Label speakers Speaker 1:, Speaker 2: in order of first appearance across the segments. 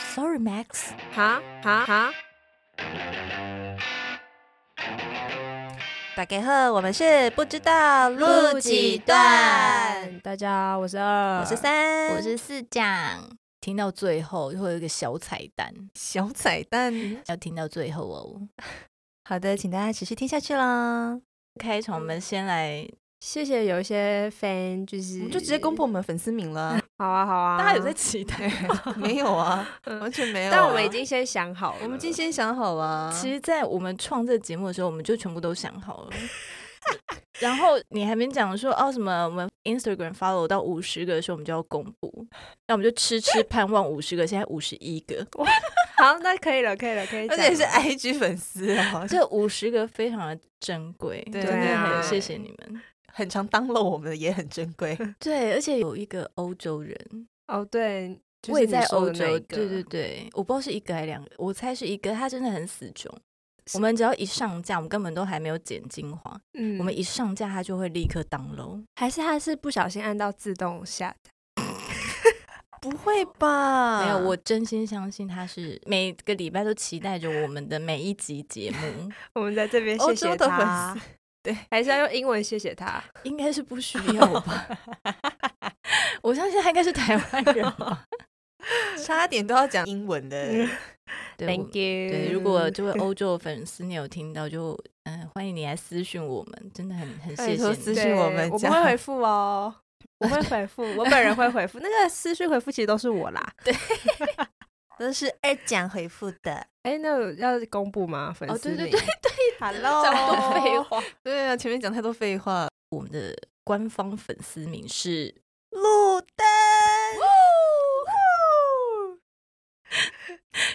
Speaker 1: Sorry, Max。
Speaker 2: 哈哈哈！
Speaker 1: 大家好，我们是不知道
Speaker 2: 录几段？大家，我是二，
Speaker 1: 我是，三，
Speaker 3: 我是四酱。听到最后就会有一个小彩蛋，
Speaker 1: 小彩蛋。
Speaker 3: 要听到最后哦。
Speaker 1: 好的，请大家持续听下去啦。
Speaker 3: 开场我们先来，
Speaker 2: 谢谢有一些 fan 就是，
Speaker 1: 我们就直接公布我们粉丝名 了。
Speaker 2: 好啊好啊，
Speaker 3: 大家有在期待吗？
Speaker 1: 没有啊，完全没有啊。
Speaker 2: 但我们已经先想好了，
Speaker 1: 我们已经先想好了。
Speaker 3: 其实，在我们创这节目的时候，我们就全部都想好 了。然后你还没讲说哦，什么我们 Instagram follow 到五十个的时候，我们就要公布，那我们就痴痴盼望五十个，现在五十一个，
Speaker 2: 好，那可以了，可以了，可以
Speaker 1: 而
Speaker 2: 讲了，
Speaker 1: 且是 IG 粉丝哦，就
Speaker 3: 这五十个非常的珍贵，
Speaker 1: 对
Speaker 3: 真的
Speaker 2: 啊
Speaker 3: 很谢谢你们。
Speaker 1: 很常当漏我们的也很珍贵。
Speaker 3: 对，而且有一个欧洲人，
Speaker 2: 哦，对，就是
Speaker 3: 我也
Speaker 2: 你
Speaker 3: 在
Speaker 2: 说
Speaker 3: 欧
Speaker 2: 的那
Speaker 3: 洲，
Speaker 2: 一个
Speaker 3: 对对对，我不知道是一个还是两个，我猜是一个，他真的很死忠。我们只要一上架，我们根本都还没有剪精华，
Speaker 2: 嗯
Speaker 3: 我们一上架它就会立刻 download。
Speaker 2: 还是他是不小心按到自动下载，
Speaker 1: 不会吧
Speaker 3: 没
Speaker 2: 啊
Speaker 3: 有，我真心相信他是每个礼拜都期待着我们的每一集节 目，
Speaker 2: 我们在这边谢
Speaker 1: 欧洲
Speaker 2: 谢
Speaker 1: 的
Speaker 2: 他
Speaker 1: 粉，对，
Speaker 2: 还是要用英文谢谢他，
Speaker 3: 应该是不需要吧？ 我相信他应该是台湾人吧？
Speaker 1: 差点都要讲英文的
Speaker 2: 嗯。
Speaker 3: 对
Speaker 2: Thank
Speaker 3: 我
Speaker 2: you
Speaker 3: 对，如果这位 欧洲的粉丝你有听到就，嗯，欢迎你来私讯我们，真的很很谢
Speaker 1: 拜
Speaker 3: 谢
Speaker 1: 托
Speaker 3: 你
Speaker 1: 私。讯我们
Speaker 2: 对我
Speaker 1: 讲
Speaker 2: 们会回复哦，我会回复，我本人会回复。那个私讯回复其实都是我啦。
Speaker 1: 都是二讲回复的。
Speaker 2: 哎，那要公布吗？粉
Speaker 3: 哦，
Speaker 2: 丝
Speaker 3: 对对
Speaker 2: 名
Speaker 3: 对对，
Speaker 1: Hello，
Speaker 3: 讲多废话。
Speaker 1: 对啊，前面讲太多废话。
Speaker 3: 我们的官方粉丝名是
Speaker 1: 路灯，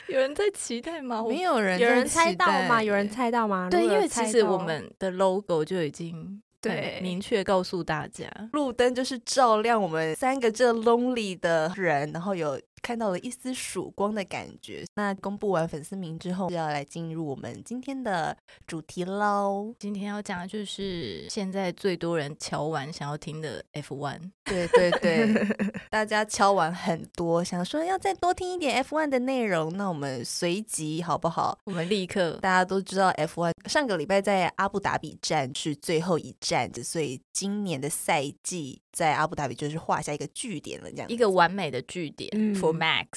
Speaker 3: 有人在期待吗？我
Speaker 1: 没哦有人
Speaker 2: 有
Speaker 1: 在
Speaker 2: 人
Speaker 1: 期
Speaker 2: 猜到吗？
Speaker 1: 待
Speaker 2: 有人猜到吗？
Speaker 3: 对，
Speaker 2: 如
Speaker 3: 因
Speaker 2: 果
Speaker 3: 为
Speaker 2: 有猜
Speaker 3: 其实
Speaker 2: 到哦
Speaker 3: 我们的 logo 就已经很
Speaker 2: 对
Speaker 3: 明确告诉大家，
Speaker 1: 路灯就是照亮我们三个这 lonely 的人，然后有看到了一丝曙光的感觉。那公布完粉丝名之后，就要来进入我们今天的主题喽。
Speaker 3: 今天要讲的就是现在最多人瞧完想要听的 F1，
Speaker 1: 对对对， 大家敲完很多，想说要再多听一点 F1 的内容，那我们随即好不好？
Speaker 3: 我们立刻
Speaker 1: 大家都知道 F1 上个礼拜在阿布达比站是最后一站，所以今年的赛季在阿布达比就是画下一个据点了，这样
Speaker 3: 一个完美的句点、
Speaker 2: 嗯
Speaker 3: for Max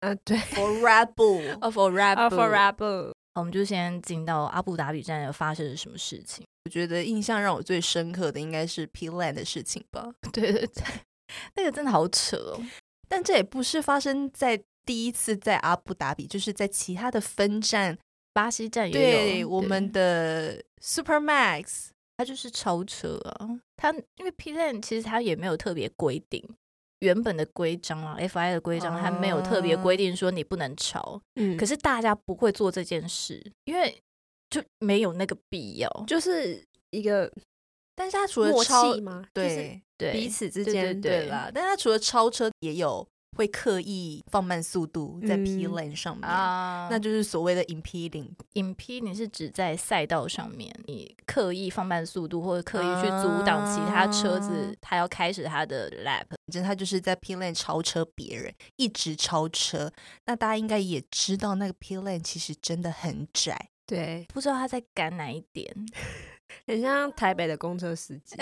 Speaker 2: 嗯，对
Speaker 1: for Red Bull。
Speaker 3: of for Red
Speaker 2: ，Alpha
Speaker 3: Bull。
Speaker 2: r a b
Speaker 3: 好我们就先进到阿布达比站有发生了什么事情。
Speaker 1: 我觉得印象让我最深刻的应该是 P Land 的事情吧，
Speaker 3: 对对对，那个真的好扯哦。
Speaker 1: 但这也不是发生在第一次在阿布达比，就是在其他的分站，
Speaker 3: 巴西站也有，
Speaker 1: 对我们的 Super Max
Speaker 3: 他就是超车啊。他因为 P Lane 其实他也没有特别规定原本的规章啊，FI 的规章，他没有特别
Speaker 2: 哦
Speaker 3: 规定说你不能超，
Speaker 2: 嗯，
Speaker 3: 可
Speaker 2: 是
Speaker 3: 是大家不会做这件事，因为就没有那个必要。
Speaker 2: 就是一个
Speaker 1: 但是他除了
Speaker 2: 默
Speaker 1: 超
Speaker 2: 契吗？
Speaker 1: 对，
Speaker 3: 对，
Speaker 2: 就是彼此之
Speaker 3: 对对
Speaker 2: 间
Speaker 3: 对
Speaker 1: 对啦，但他除了超车，也有会刻意放慢速度在 P
Speaker 2: 嗯
Speaker 1: lane 上面，
Speaker 3: 啊，
Speaker 1: 那就是所谓的 impeding。
Speaker 3: 影批你是指在赛道上面，你刻意放慢速度或者刻意去阻挡其他车
Speaker 1: 啊
Speaker 3: 子，他要开始他的 lap，
Speaker 1: 反正他就是在 P lane 超车别人，一直超车。那大家应该也知道，那个 P lane 其实真的很窄。
Speaker 2: 对，
Speaker 3: 不知道他在赶哪一点。
Speaker 2: 很像台北的公车司 机，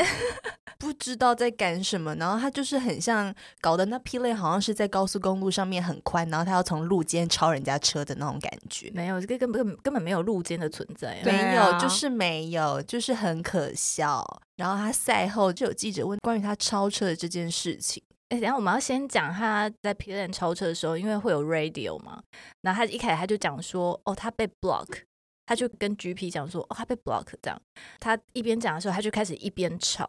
Speaker 1: 不知道在赶什么，然后他就是很像搞得那 P lane 好像是在高速公路上面很宽，然后他要从路肩超人家车的那种感觉。
Speaker 3: 没有，这个根本根本没有路肩的存在、啊。
Speaker 2: 对
Speaker 1: 没有，
Speaker 2: 啊
Speaker 1: 就是没有，就是很可笑。然后他赛后就有记者问关于他超车的这件事情。
Speaker 3: 哎、然后我们要先讲他在 P lane 超车的时候，因为会有 radio 嘛，然后他一开始他就讲说，哦，他被 block，他就跟 GP 讲说，哦，他被 block 这样。他一边讲的时候，他就开始一边抄，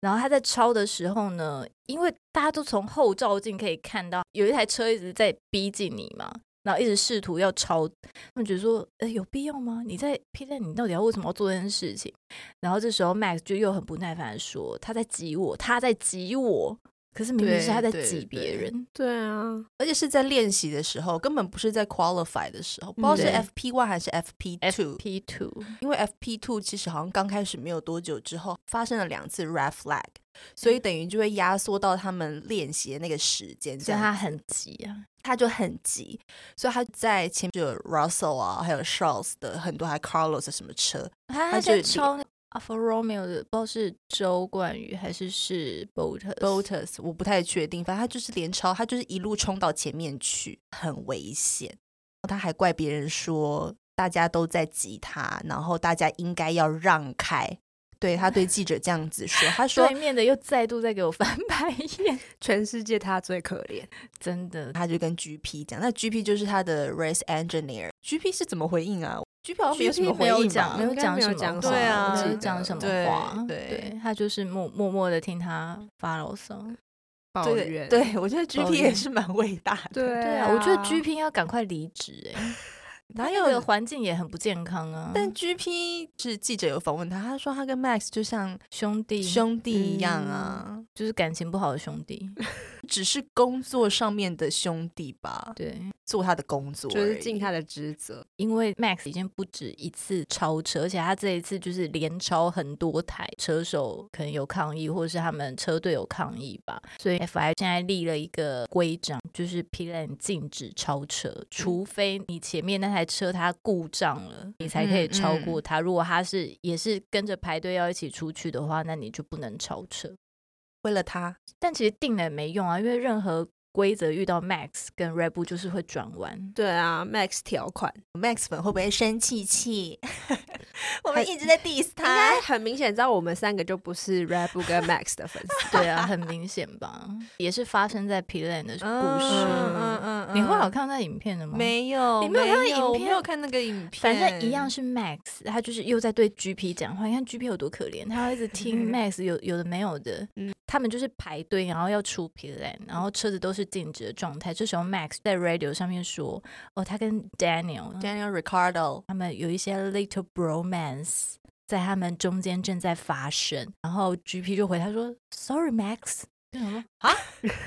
Speaker 3: 然后他在抄的时候呢，因为大家都从后照镜可以看到有一台车一直在逼近你嘛。然后一直试图要抄，他们觉得说，呃，有必要吗？你在 P lane，你到底要为什么要做这件事情？然后这时候 Max 就又很不耐烦的说，他在挤我，他在挤我，可是明明是他在
Speaker 1: 对对
Speaker 3: 挤别
Speaker 1: 对
Speaker 3: 人。
Speaker 2: 对啊，
Speaker 1: 而且是在练习的时候，根本不是在 qualify 的时候，不知道是
Speaker 3: 嗯对
Speaker 1: FP one 还是 FP two，
Speaker 3: FP two，
Speaker 1: 因为 FP two 其实好像刚开始没有多久之后发生了两次 red flag，所
Speaker 3: 嗯
Speaker 1: 以等于就会压缩到他们练习的那个时间，这
Speaker 3: 所以
Speaker 1: 样
Speaker 3: 他很急啊。
Speaker 1: 他就很急，所以他在前面就有 Russell 啊，还有 Charles 的很多，还有 Carlos 的什么车，
Speaker 3: 他
Speaker 1: 他
Speaker 3: 他
Speaker 1: 就
Speaker 3: 在抄 Alfa Romeo 的，不知道是周冠宇还是是 Bottas。
Speaker 1: Botus，我不太确定，反正他就是连超，他就是一路冲到前面去，很危险。他还怪别人说大家都在挤他，然后大家应该要让开。对他对记者这样子说，他说
Speaker 3: 对面的又再度在给我 翻白眼，
Speaker 2: 全世界他最可怜，
Speaker 3: 真的。
Speaker 1: 他就跟 GP 讲，那 GP 就是他的 race engineer。GP 是怎么回应啊？GP 好像没有什么
Speaker 3: GP 没
Speaker 1: 回
Speaker 3: 有
Speaker 1: 应吧
Speaker 3: 讲，？
Speaker 2: 应该
Speaker 3: 讲
Speaker 2: 没有
Speaker 3: 什么
Speaker 2: 讲
Speaker 3: 话，
Speaker 1: 什么对啊
Speaker 3: 我记
Speaker 1: 我
Speaker 3: 得
Speaker 1: 记
Speaker 3: 讲
Speaker 2: 得
Speaker 3: 什么
Speaker 1: 对
Speaker 3: 话？
Speaker 1: 对
Speaker 3: 他就是默默默的听他发牢骚。
Speaker 2: 抱
Speaker 1: 对
Speaker 2: 怨，
Speaker 1: 对，我觉得 GP 也
Speaker 3: 怨
Speaker 1: 是蛮伟大的。
Speaker 2: 对
Speaker 3: 对啊，我觉得 GP 要赶快离 职哎，
Speaker 1: 哪
Speaker 3: 那个
Speaker 1: 有？
Speaker 3: 环境也很不健康啊。
Speaker 1: 但 GP 是记者有访问他，他说他跟 Max 就像
Speaker 3: 兄弟嗯
Speaker 1: 兄弟一样啊。
Speaker 3: 就是感情不好的兄 弟，
Speaker 1: 只是工作上面的兄弟吧，
Speaker 3: 对。
Speaker 1: 做他的工作而已，
Speaker 2: 就是尽他的职责，
Speaker 3: 因为 Max 已经不止一次超车，而且他这一次就是连超很多台车手，可能有抗议，或者是他们车队有抗议吧。所以 FI 现在立了一个规章，就是 P lane 禁止超车，除非你前面那台车它故障了，你才可以超过它。如果他是也是跟着排队要一起出去的话，那你就不能超车。
Speaker 1: 为了他。
Speaker 3: 但其实定了也没用啊，因为任何规则遇到 Max 跟 Red Bull 就是会转弯。
Speaker 2: 对啊，Max 条款
Speaker 1: Max 粉会不会生气气？ 我
Speaker 2: 还
Speaker 1: 们一直在 diss
Speaker 2: 应该
Speaker 1: 他。
Speaker 2: 很明显知道我们三个就不是 Red Bull 跟 Max 的粉 丝，
Speaker 3: 对啊，很明显吧，也是发生在皮兰的故事。
Speaker 1: 嗯嗯
Speaker 3: 你会有看到影片的吗？，
Speaker 1: 没有？
Speaker 3: 你没有看到影
Speaker 1: 我没
Speaker 3: 片
Speaker 1: 有看那个影片。
Speaker 3: 反正一样是 Max，他就是又在对 GP 讲话。你看 GP 有多可怜，他要一直 听 Max 有有的没有的。
Speaker 1: 嗯
Speaker 3: 他们就是排队，然后要出皮兰，然后车子都是静止的状态。这时候 Max 在 radio 上面说：“哦，他跟 Daniel
Speaker 1: Daniel Ricardo
Speaker 3: 他们有一些 little bromance 在他们中间正在发生，然后 GP 就回他说 “Sorry, Max”，就想说啊，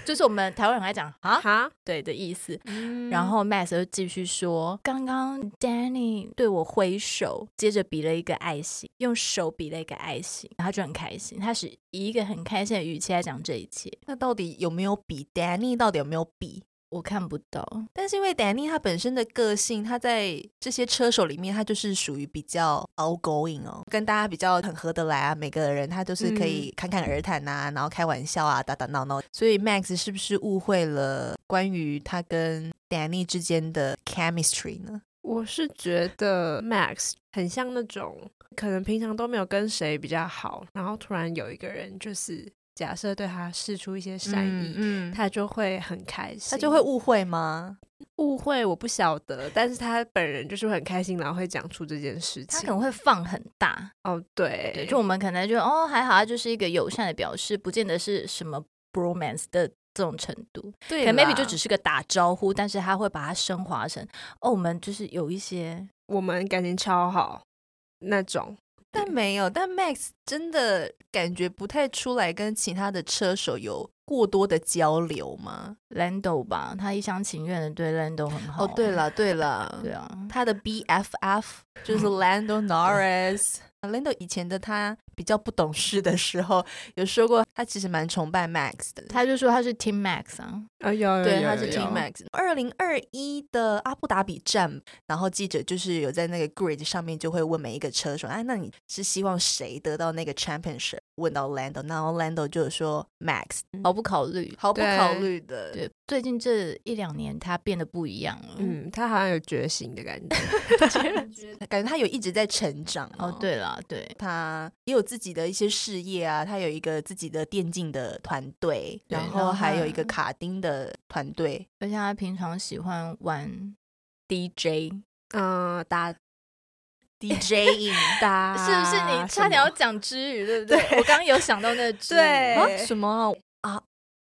Speaker 3: 就是我们台湾人来讲啊，
Speaker 2: 哈，
Speaker 3: 对的意思。
Speaker 2: 嗯
Speaker 3: 然后 Max 就继续说，刚刚 Danny 对我挥手，接着比了一个爱心，用手比了一个爱心，然后他就很开心，他是以一个很开心的语气来讲这一切。
Speaker 1: 那到底有没有比 Danny 到底有没有比？
Speaker 3: 我看不到，
Speaker 1: 但是因为 Danny 他本身的个性，他在这些车手里面，他就是属于比较 outgoing 哦，跟大家比较很合得来啊。每个人他都是可以侃侃而谈啊，然后开玩笑啊，打打闹闹。所以 Max 是不是误会了关于他跟 Danny 之间的 chemistry 呢？
Speaker 2: 我是觉得 Max 很像那种可能平常都没有跟谁比较好，然后突然有一个人就是假设对他示出一些善意，
Speaker 1: 嗯他
Speaker 2: 他就会很开心，
Speaker 1: 他就会误会吗？
Speaker 2: 误会我不晓得，但是他本人就是会很开心，然后会讲出这件事
Speaker 3: 他可
Speaker 2: 情。
Speaker 3: 能会放很大，
Speaker 2: 哦，对，
Speaker 3: 对，就我们可能就哦还好，它就是一个友善的表示，不见得是什么 bromance 的这种程度，
Speaker 2: 对
Speaker 3: 可
Speaker 2: 啦，
Speaker 3: 能 maybe 就只是个打招呼，但是他会把它升华成哦，我们就是有一些
Speaker 2: 我们感情超好那种，
Speaker 1: 但没有，但 Max 真的感觉不太出来跟其他的车手有过多的交流吗？
Speaker 3: Lando 吧，他一厢情愿的对 Lando 很好。
Speaker 1: 哦，对，了，对了，
Speaker 3: 对啊，
Speaker 1: 他的 BFF 就 是 Lando Norris。Lando 以前的他比较不懂事的时候，有说过他其实蛮崇拜 Max 的。
Speaker 3: 他就说他是 Team Max 啊，
Speaker 2: 啊，有有
Speaker 1: 对，
Speaker 2: 有
Speaker 1: 他
Speaker 2: 有
Speaker 1: 是
Speaker 2: 有
Speaker 1: Team Max。二零二一的阿布达比站，然后记者就是有在那个 grid 上面就会问每一个车手，哎，那你是希望谁得到那个 championship？问到 Lando，然后 Lando 就有说 Max，
Speaker 3: 毫不考虑。
Speaker 1: 毫不考
Speaker 2: 对
Speaker 1: 虑的。
Speaker 3: 对，最近这一两年他变得不一样了。嗯，
Speaker 2: 嗯，他好像有觉醒的 感觉，
Speaker 1: 感觉他有一直在成长
Speaker 3: 哦，对了，对，
Speaker 1: 他也有自己的一些事业啊，他有一个自己的电竞的团队，
Speaker 3: 对
Speaker 1: 然
Speaker 3: 然
Speaker 1: 后
Speaker 3: 后
Speaker 1: 还有一
Speaker 3: 他
Speaker 1: 个卡丁的团 队。
Speaker 3: 而且他平常喜欢玩 DJ，
Speaker 2: 嗯， 打
Speaker 1: DJing
Speaker 2: 打
Speaker 3: 是不是？
Speaker 1: 啊
Speaker 3: 你差点 要讲之语，对不对？我刚刚有想到那个之语，
Speaker 2: 对
Speaker 1: 啊什么啊啊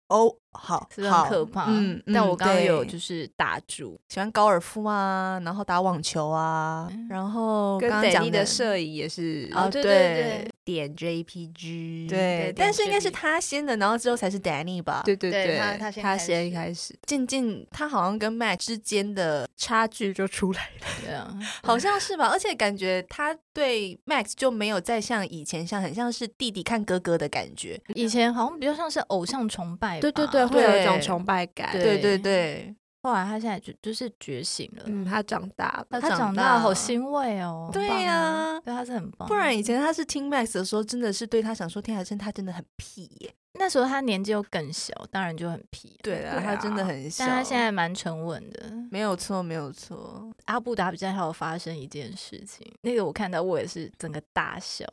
Speaker 1: 哦好，
Speaker 3: 是不是
Speaker 1: 好
Speaker 3: 很可怕？
Speaker 1: 嗯，嗯
Speaker 3: 但我刚刚有
Speaker 1: 对
Speaker 3: 就是打住，
Speaker 1: 喜欢高尔夫啊，然后打网球啊，
Speaker 3: 嗯
Speaker 1: 然后
Speaker 2: 跟
Speaker 1: 刚刚
Speaker 2: 美
Speaker 1: 讲
Speaker 2: 丽的摄影也是
Speaker 1: 啊
Speaker 3: 哦对
Speaker 1: 对
Speaker 3: 对
Speaker 2: 点 JPG，
Speaker 1: 对
Speaker 3: 对，
Speaker 1: 但
Speaker 3: 点
Speaker 1: 是应该
Speaker 3: 这
Speaker 1: 是
Speaker 3: 里
Speaker 1: 他先的，然后之后才是 Danny 吧？，
Speaker 2: 对对
Speaker 3: 对
Speaker 2: 对，
Speaker 3: 他他先
Speaker 2: 他
Speaker 3: 开
Speaker 2: 先
Speaker 3: 始
Speaker 2: 开始，
Speaker 1: 渐渐他好像跟 Matt 之间的差距就出来了，
Speaker 3: 对 啊，
Speaker 1: 好像是吧？而且感觉他对 Max 就没有再像以前像很像是弟弟看哥哥的感觉，
Speaker 3: 以前好像比较像是偶像崇拜吧，
Speaker 2: 对对对，会有一种
Speaker 1: 对
Speaker 2: 崇拜感。
Speaker 1: 对
Speaker 3: 对
Speaker 1: 对对，
Speaker 3: 后来他现在就就是觉醒了，
Speaker 2: 嗯，他长大了，
Speaker 3: 他
Speaker 1: 长
Speaker 3: 长
Speaker 1: 大
Speaker 3: 大好
Speaker 1: 了
Speaker 3: 欣慰哦，很
Speaker 1: 对
Speaker 3: 棒
Speaker 1: 呀
Speaker 3: 对他是很棒，
Speaker 1: 不然以前他是听 Max 的时候，真的是对他想说，天啊海真他真的很屁耶，
Speaker 3: 那时候他年纪又更小，当然就很皮，
Speaker 1: 对啊，
Speaker 2: 对
Speaker 1: 他
Speaker 2: 啊
Speaker 1: 真的很小，
Speaker 3: 但他现在蛮沉稳的。
Speaker 1: 没有错，没有错，
Speaker 3: 阿布达比赛还有发生一件事情，那个我看到我也是整个大笑，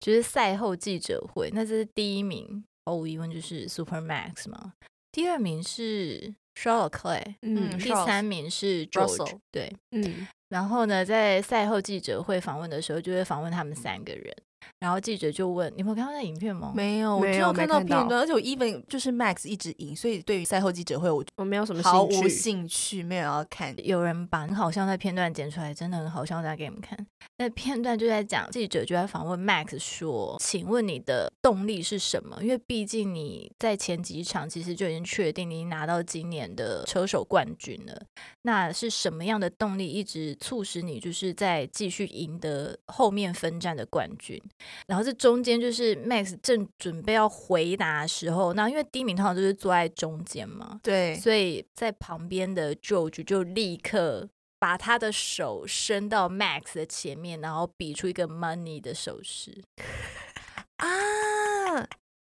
Speaker 3: 就是赛后记者会，那这是第一名，毫无疑问就是 Super Max 嘛，第二名是 Charlotte Clay，
Speaker 1: 嗯
Speaker 2: 嗯
Speaker 3: 第
Speaker 1: Charles
Speaker 3: 三名是 George，、
Speaker 1: Russell
Speaker 3: 对。
Speaker 2: 嗯，
Speaker 3: 然后呢，在赛后记者会访问的时候，就会访问他们三个人，然后记者就问：“你们有看到那影片吗？”
Speaker 1: 没有，我
Speaker 2: 没
Speaker 1: 只
Speaker 2: 有
Speaker 1: 有
Speaker 2: 没
Speaker 1: 看到
Speaker 2: 看
Speaker 1: 片
Speaker 2: 到
Speaker 1: 段，而且我 even 就是 Max 一直赢，所以对于赛后记者会我
Speaker 2: 我没有什么
Speaker 1: 毫
Speaker 2: 兴
Speaker 1: 无
Speaker 2: 趣，
Speaker 1: 兴趣，没有要看。
Speaker 3: 有人把很好笑的片段剪出来，真的很好笑，再给你们看。那片段就在讲记者就在访问 Max 说：“请问你的动力是什么？因为毕竟你在前几场其实就已经确定你拿到今年的车手冠军了。那是什么样的动力一直促使你就是在继续赢得后面分站的冠军？然后这中间就是 Max 正准备要回答的时候，那因为第一名通常就是坐在中间嘛，
Speaker 1: 对，
Speaker 3: 所以在旁边的 George 就立刻把他的手伸到 Max 的前面，然后比出一个 money 的手势，
Speaker 1: 啊，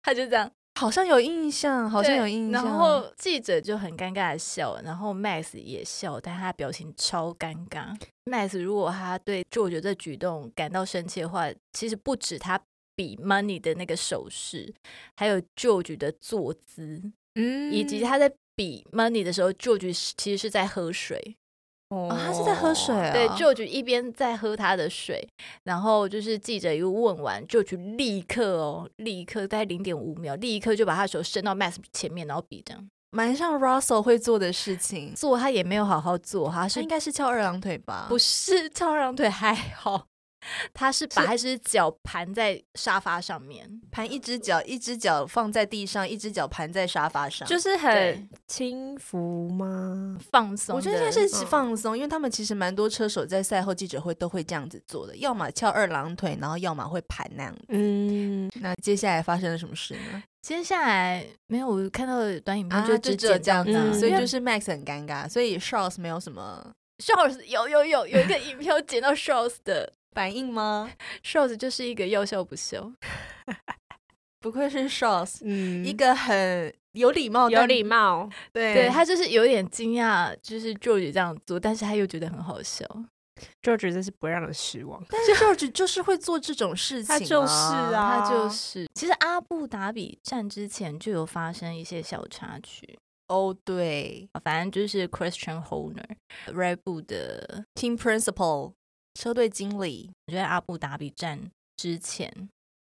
Speaker 3: 他就这样，
Speaker 1: 好像有印象，好像有
Speaker 3: 对
Speaker 1: 印象。哦
Speaker 3: 然后记者就很尴尬的笑，然后 Max 也笑，但他表情超尴尬。Max 如果他对 George 这举动感到生气的话，其实不止他比 money 的那个手势，还有 George 的坐姿，
Speaker 2: 嗯
Speaker 3: 以及他在比 money 的时候，George 是其实是在喝水。
Speaker 1: 哦他是在喝水啊
Speaker 3: 对，George 一边在喝他的水，然后就是记者一问完，George 立刻哦，立刻在零点五秒，立刻就把他手伸到 Max 前面，然后比这样
Speaker 1: 蛮像 Russell 会做的事情，
Speaker 3: 做，他也没有好好做，他
Speaker 1: 他
Speaker 3: 是
Speaker 1: 应该是翘二郎腿吧？
Speaker 3: 不是 翘二郎腿还好，他是把
Speaker 1: 是
Speaker 3: 他一只脚盘在沙发上面，
Speaker 1: 盘一只脚，一只脚放在地上，一只脚盘在沙发上。
Speaker 2: 就是
Speaker 3: 对
Speaker 2: 很轻浮吗？
Speaker 3: 放松的。
Speaker 1: 我觉得应该是
Speaker 2: 嗯
Speaker 1: 放松，因为他们其实蛮多车手在赛后记者会都会这样子做的，要么翘二郎腿，然后要么会盘那样。
Speaker 2: 嗯，
Speaker 1: 那接下来发生了什么事呢？
Speaker 3: 接下来没有，我看到的短影片
Speaker 1: 啊，
Speaker 3: 就
Speaker 1: 就
Speaker 3: 只
Speaker 1: 只有
Speaker 3: 剪嗯
Speaker 1: 这样子，啊
Speaker 2: 子
Speaker 1: 所以
Speaker 3: 因为
Speaker 1: 就是 Max 很尴尬，所以 Charles 没有什么
Speaker 3: Shorts 有有有有一个影片我剪到 Shorts 的
Speaker 1: 反应吗？
Speaker 3: Shorts 就是一个要笑不笑。
Speaker 1: 不愧是 Charles，、
Speaker 2: 嗯
Speaker 1: 一个很有礼貌，
Speaker 2: 有
Speaker 1: 但
Speaker 2: 礼貌，
Speaker 1: 对
Speaker 3: 对他就是有点惊讶，就是 George 这样做，但是他又觉得很好笑。
Speaker 2: 就觉得是不会让人失望。
Speaker 1: 但是 George 就是会做这种事情、
Speaker 2: 他就是啊
Speaker 3: 他就是，其实阿布达比站之前就有发生一些小插曲，
Speaker 1: 哦，对
Speaker 3: 反正就是 Christian Horner Red Bull 的，
Speaker 1: ，Team Principal 车队经理，
Speaker 3: 我觉得阿布达比站之前，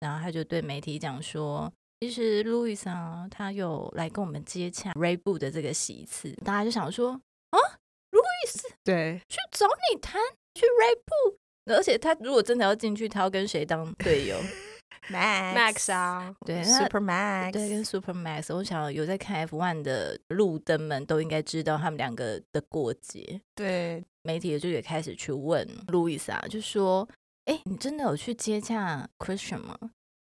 Speaker 3: 然后他就对媒体讲说。其实路易斯啊，他有来跟我们接洽 Red Bull 的这个席次，大家就想说啊，路易斯
Speaker 2: 对，
Speaker 3: 去找你谈，去 Red Bull。而且他如果真的要进去，他要跟谁当队友？
Speaker 1: Max
Speaker 2: 啊，
Speaker 3: 对，那
Speaker 1: ，Super Max，
Speaker 3: 对跟 Super Max，我想有在看 F1 的路灯们都应该知道他们两个的过节。
Speaker 1: 对
Speaker 3: 媒体就也开始去问路易斯啊，就说：“哎，你真的有去接洽 Christian 吗？”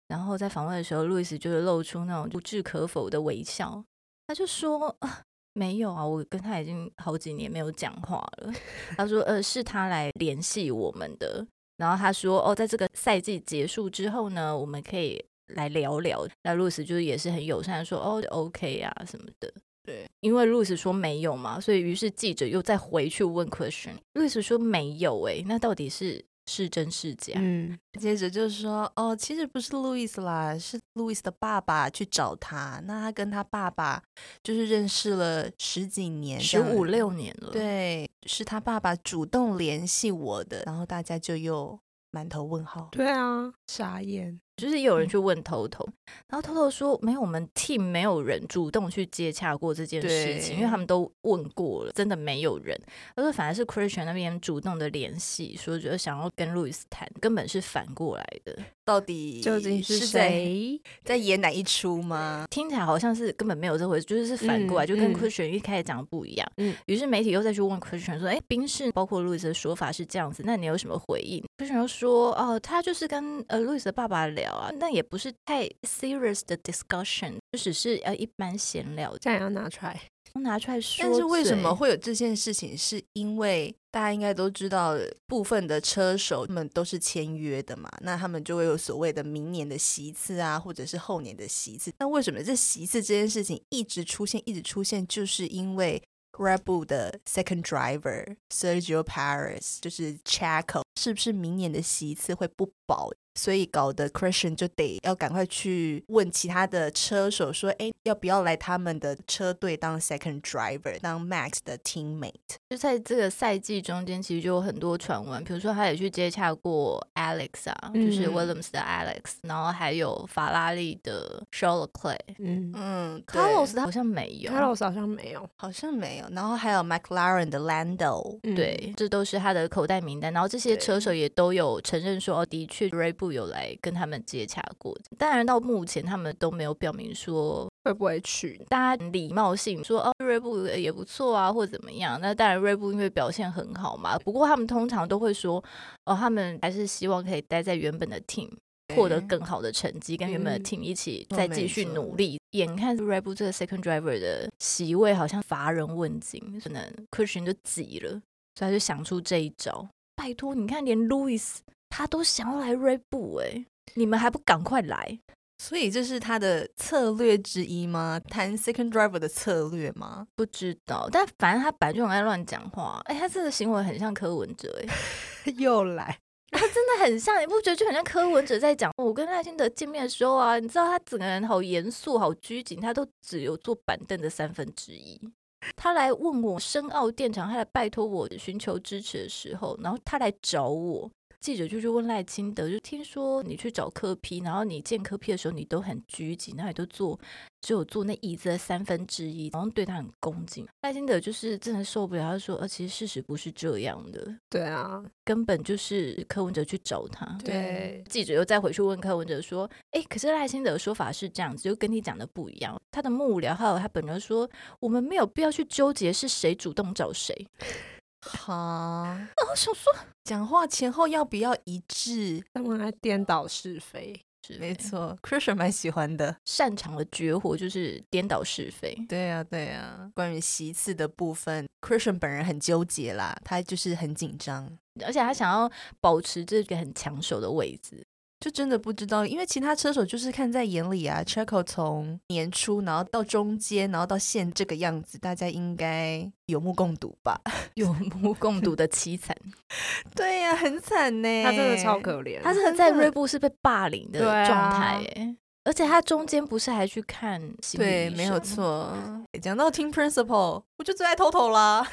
Speaker 3: 然后在访问的时候，路易斯就是露出那种不置可否的微笑，他就说：“啊，没有啊，我跟他已经好几年没有讲话了。”他说：“呃，是他来联系我们的。”然后他说：“哦，在这个赛季结束之后呢，我们可以来聊聊。”那路易斯就是也是很友善地说：“哦，OK 啊什么的。”
Speaker 1: 对，
Speaker 3: 因为路易斯说没有嘛，所以于是记者又再回去问 question。路易斯说没有、欸，那到底是是真是假？
Speaker 2: 嗯，
Speaker 1: 接着就说哦，其实不是路易斯啦，是路易斯的爸爸去找他。那他跟他爸爸就是认识了十几年，
Speaker 3: 十五。六年了，，
Speaker 1: 对，是他爸爸主动联系我的，然后大家就又满头问号。
Speaker 2: 对啊，傻眼。
Speaker 3: 就是也有人去问头头，然后头头说没有，我们 team 没有人主动去接洽过这件事情，因为
Speaker 1: 对
Speaker 3: 他们都问过了，真的没有人。他说反而是 Christian 那边主动的联系，说觉得想要跟 Louis 谈，根本是反过来的，
Speaker 1: 到底
Speaker 2: 究竟是
Speaker 1: 在
Speaker 2: 谁？
Speaker 1: 在演哪一出吗？
Speaker 3: 听起来好像是根本没有这回事，就是是反过来，
Speaker 2: 嗯
Speaker 3: 就跟
Speaker 2: 嗯
Speaker 3: Christian 一开始讲的不一样。
Speaker 2: 嗯
Speaker 3: 于是媒体又再去问 Christian 说：“哎，宾士包括 Louis 的说法是这样子，那你有什么回应？”Christian 又说：“哦，他就是跟呃 Louis 的爸爸聊啊，那也不是太 serious 的 discussion，就只是呃一般闲聊，
Speaker 2: 这样要拿出来，
Speaker 3: 拿出来说。”
Speaker 1: 但是为什么？会有这件事情？是因为大家应该都知道，部分的车手们都是签约的嘛，那他们就会有所谓的明年的席次啊，或者是后年的席次。那为什么这席次这件事情一直出现，一直出现，就是因为 Red Bull 的 second driver Sergio Paris 就是 Checo，是不是明年的席次会不保？所以搞得 Christian 就得要赶快去问其他的车手说，哎，要不要来他们的车队当 second driver，当 Max 的 teammate？
Speaker 3: 就在这个赛季中间，其实就有很多传闻，比如说他也去接洽过 Alex 啊，就是
Speaker 2: 嗯
Speaker 3: Williams 的 Alex，然后还有法拉利的 Charles Clay。
Speaker 2: 嗯
Speaker 1: 嗯
Speaker 3: ，Carlos 他好像没有。
Speaker 2: ，Carlos 好像没有，
Speaker 1: 好像没有，然后还有 McLaren 的 Lando，
Speaker 2: 嗯
Speaker 3: 对，这都是他的口袋名单。然后这些
Speaker 2: 对
Speaker 3: 车手也都有承认说，哦，的确 r a y b u 有来跟他们接洽过。当然，到目前他们都没有表明说，
Speaker 2: 会不会去？
Speaker 3: 大家礼貌性说，哦 r a y b u 也不错啊，或怎么样。那当然 r a y b u 因为表现很好嘛，不过他们通常都会说，哦，他们还是希望可以待在原本的 team。获得更好的成绩，跟原本的
Speaker 2: 嗯
Speaker 3: team 一起
Speaker 1: 都
Speaker 3: 再
Speaker 1: 哦没
Speaker 3: 继续
Speaker 1: 错
Speaker 3: 努力。眼看 r e b u 这个 second driver 的席位好像乏人问津，可能 Christian 就急了，所以他就想出这一招。拜托，你看连 Louis 他都想要来 r e b u 哎、你们还不赶快来？
Speaker 1: 所以这是他的策略之一吗？谈 second driver 的策略吗？
Speaker 3: 不知道，但反正他本来就很爱乱讲话，哎、他这个行为很像柯文哲哎、
Speaker 2: 又来，
Speaker 3: 真的很像，你不觉得就很像柯文哲在讲？我跟赖清德见面的时候啊，你知道他整个人好严肃、好拘谨，他都只有坐板凳的三分之一。他来问我深奥电厂，他来拜托我寻求支持的时候，然后他来找我。记者就去问赖清德，就听说你去找柯批，然后你见柯批的时候，你都很拘谨，然后你都坐只有坐那椅子的三分之一，然后对他很恭敬。赖清德就是真的受不了，他说：“呃，其实事实不是这样的。”
Speaker 2: 对啊，
Speaker 3: 根本就是柯文哲去找他。
Speaker 2: 对，
Speaker 3: 记者又再回去问柯文哲说：“哎，可是赖清德的说法是这样子，就跟你讲的不一样。他的幕僚还有他本人说，我们没有必要去纠结是谁主动找谁。
Speaker 1: 哈，”
Speaker 3: 我想说，
Speaker 1: 讲话前后要不要一致？
Speaker 2: 他们还颠倒是非，
Speaker 3: 是
Speaker 1: 没，错，Christian 蛮喜欢的。
Speaker 3: 擅长的绝活就是颠倒是非。
Speaker 1: 对呀、对呀、关于席次的部分，Christian 本人很纠结啦，他就是很紧张，
Speaker 3: 而且他想要保持这个很抢手的位置。
Speaker 1: 就真的不知道，因为其他车手就是看在眼里啊。Checo 从年初，然后到中间，然后到现这个样子，大家应该有目共睹吧？
Speaker 3: 有目共睹的凄惨，
Speaker 1: 对呀、很惨呢、
Speaker 2: 他真的超可怜，
Speaker 3: 他是
Speaker 1: 真
Speaker 3: 在
Speaker 1: 的
Speaker 3: 锐步是被霸凌的
Speaker 2: 对啊
Speaker 3: 状态耶，而且他中间不是还去看心理
Speaker 1: 对，
Speaker 3: 医
Speaker 1: 没有
Speaker 3: 生
Speaker 1: 错。哎讲到 Team Principal，我就最爱偷 偷啦。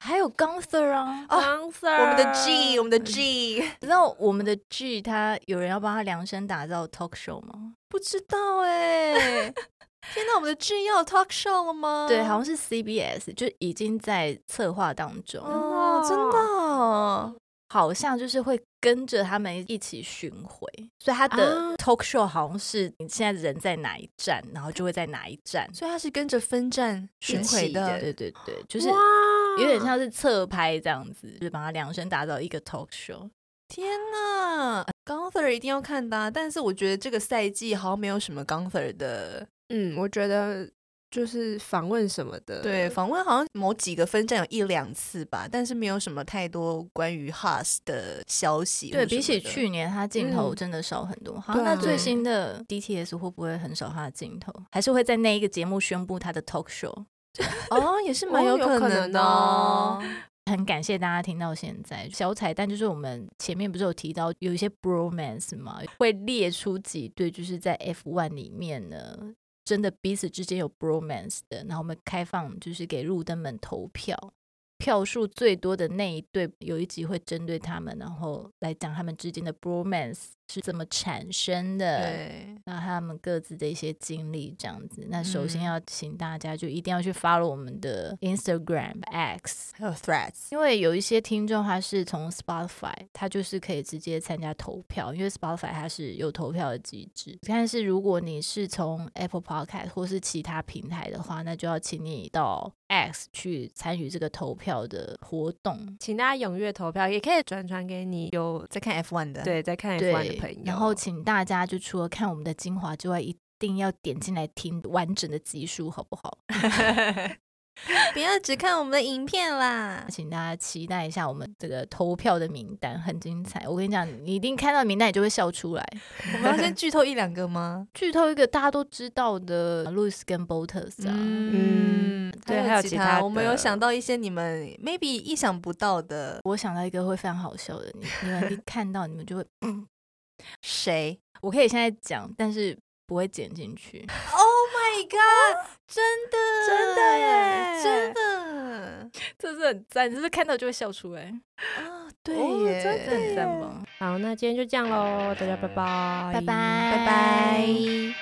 Speaker 3: 还有 Gunther 啊，
Speaker 1: 我
Speaker 2: 哦我
Speaker 1: 们的 G，我们的 G，
Speaker 3: 你知道我们的 G 他有人要帮他量身打造 talk show 吗？
Speaker 1: 不知道哎、 天哪，我们的 G 要有 talk show 了吗？
Speaker 3: 对，好像是 CBS 就已经在策划当中，
Speaker 1: 哦，真的哦、
Speaker 3: 好像就是会跟着他们一起巡回，所以他的 talk show 好像是你现在人在哪一站，然后就会在哪一站
Speaker 1: 所以他是跟着分站巡
Speaker 3: 一起
Speaker 1: 回
Speaker 3: 对对对，就是
Speaker 2: 哇，
Speaker 3: 有点像是侧拍这样子，就是帮他量身打造一个 talk show。
Speaker 1: 天哪，Gunther 一定要看的啊、但是我觉得这个赛季好像没有什么 Gunther 的
Speaker 2: 嗯，我觉得就是访问什么的，
Speaker 1: 对呃访问，好像某几个分站有一两次吧，但是没有什么太多关于 Haas 的消息或
Speaker 3: 对
Speaker 1: 什么的。
Speaker 3: 比起去年，他镜头
Speaker 2: 嗯
Speaker 3: 真的少很多。好，那
Speaker 2: 啊
Speaker 3: 最新的 DTS 会不会很少他的镜头？还是会在那一个节目宣布他的 talk show？
Speaker 1: 哦，也是蛮
Speaker 2: 哦有
Speaker 1: 可
Speaker 2: 可
Speaker 1: 能
Speaker 2: 能
Speaker 1: 的、
Speaker 2: 哦
Speaker 3: 很感谢大家听到现在。小彩蛋就是我们前面不是有提到有一些 bromance 嘛，会列出几对，就是在 F1 里面呢，真的彼此之间有 bromance 的，然后我们开放就是给路灯们投票。票数最多的那一对，有一集会针对他们，然后来讲他们之间的 bromance 是怎么产生的，
Speaker 1: 对，
Speaker 3: 那他们各自的一些经历这样子。那首先
Speaker 1: 嗯
Speaker 3: 要请大家就一定要去 follow 我们的 Instagram X，
Speaker 1: 还有 Threads，
Speaker 3: 因为有一些听众他是从 Spotify，他就是可以直接参加投票，因为 Spotify 它是有投票的机制。但是如果你是从 Apple Podcast 或是其他平台的话，那就要请你到 X 去参与这个投票的活动。
Speaker 2: 请大家踊跃投票，也可以转传给你有
Speaker 1: 在看 F1 的，，
Speaker 2: 对在看 F1 的
Speaker 3: 对
Speaker 2: 朋友，，
Speaker 3: 然后请大家就除了看我们的精华之外，一定要点进来听完整的集数，好不好？
Speaker 1: 不要只看我们的影片啦。
Speaker 3: 请大家期待一下我们这个投票的名单，很精彩。我跟你讲，你一定看到名单，你就会笑出来。
Speaker 1: 我们要先剧透一两个吗？
Speaker 3: 剧透一个大家都知道的 Louis 跟 Bottas 啊，
Speaker 2: 嗯对还有其他
Speaker 1: 我们有
Speaker 2: 的
Speaker 1: 想到一些你们 maybe 意想不到的
Speaker 3: 我想到一个会非常好笑的，你你们一看到你们就会，
Speaker 1: 谁
Speaker 3: 我可以现在讲，但是不会剪进去。
Speaker 1: ？Oh my god！真的，
Speaker 2: 真的耶
Speaker 1: 真的
Speaker 3: 这是很赞，就是看到就会笑出来，
Speaker 1: 啊，对
Speaker 2: 哦
Speaker 1: 耶，
Speaker 2: 真
Speaker 3: 这很赞吧？
Speaker 2: 好，那今天就这样喽，大家拜拜，
Speaker 3: 拜拜
Speaker 1: 拜拜。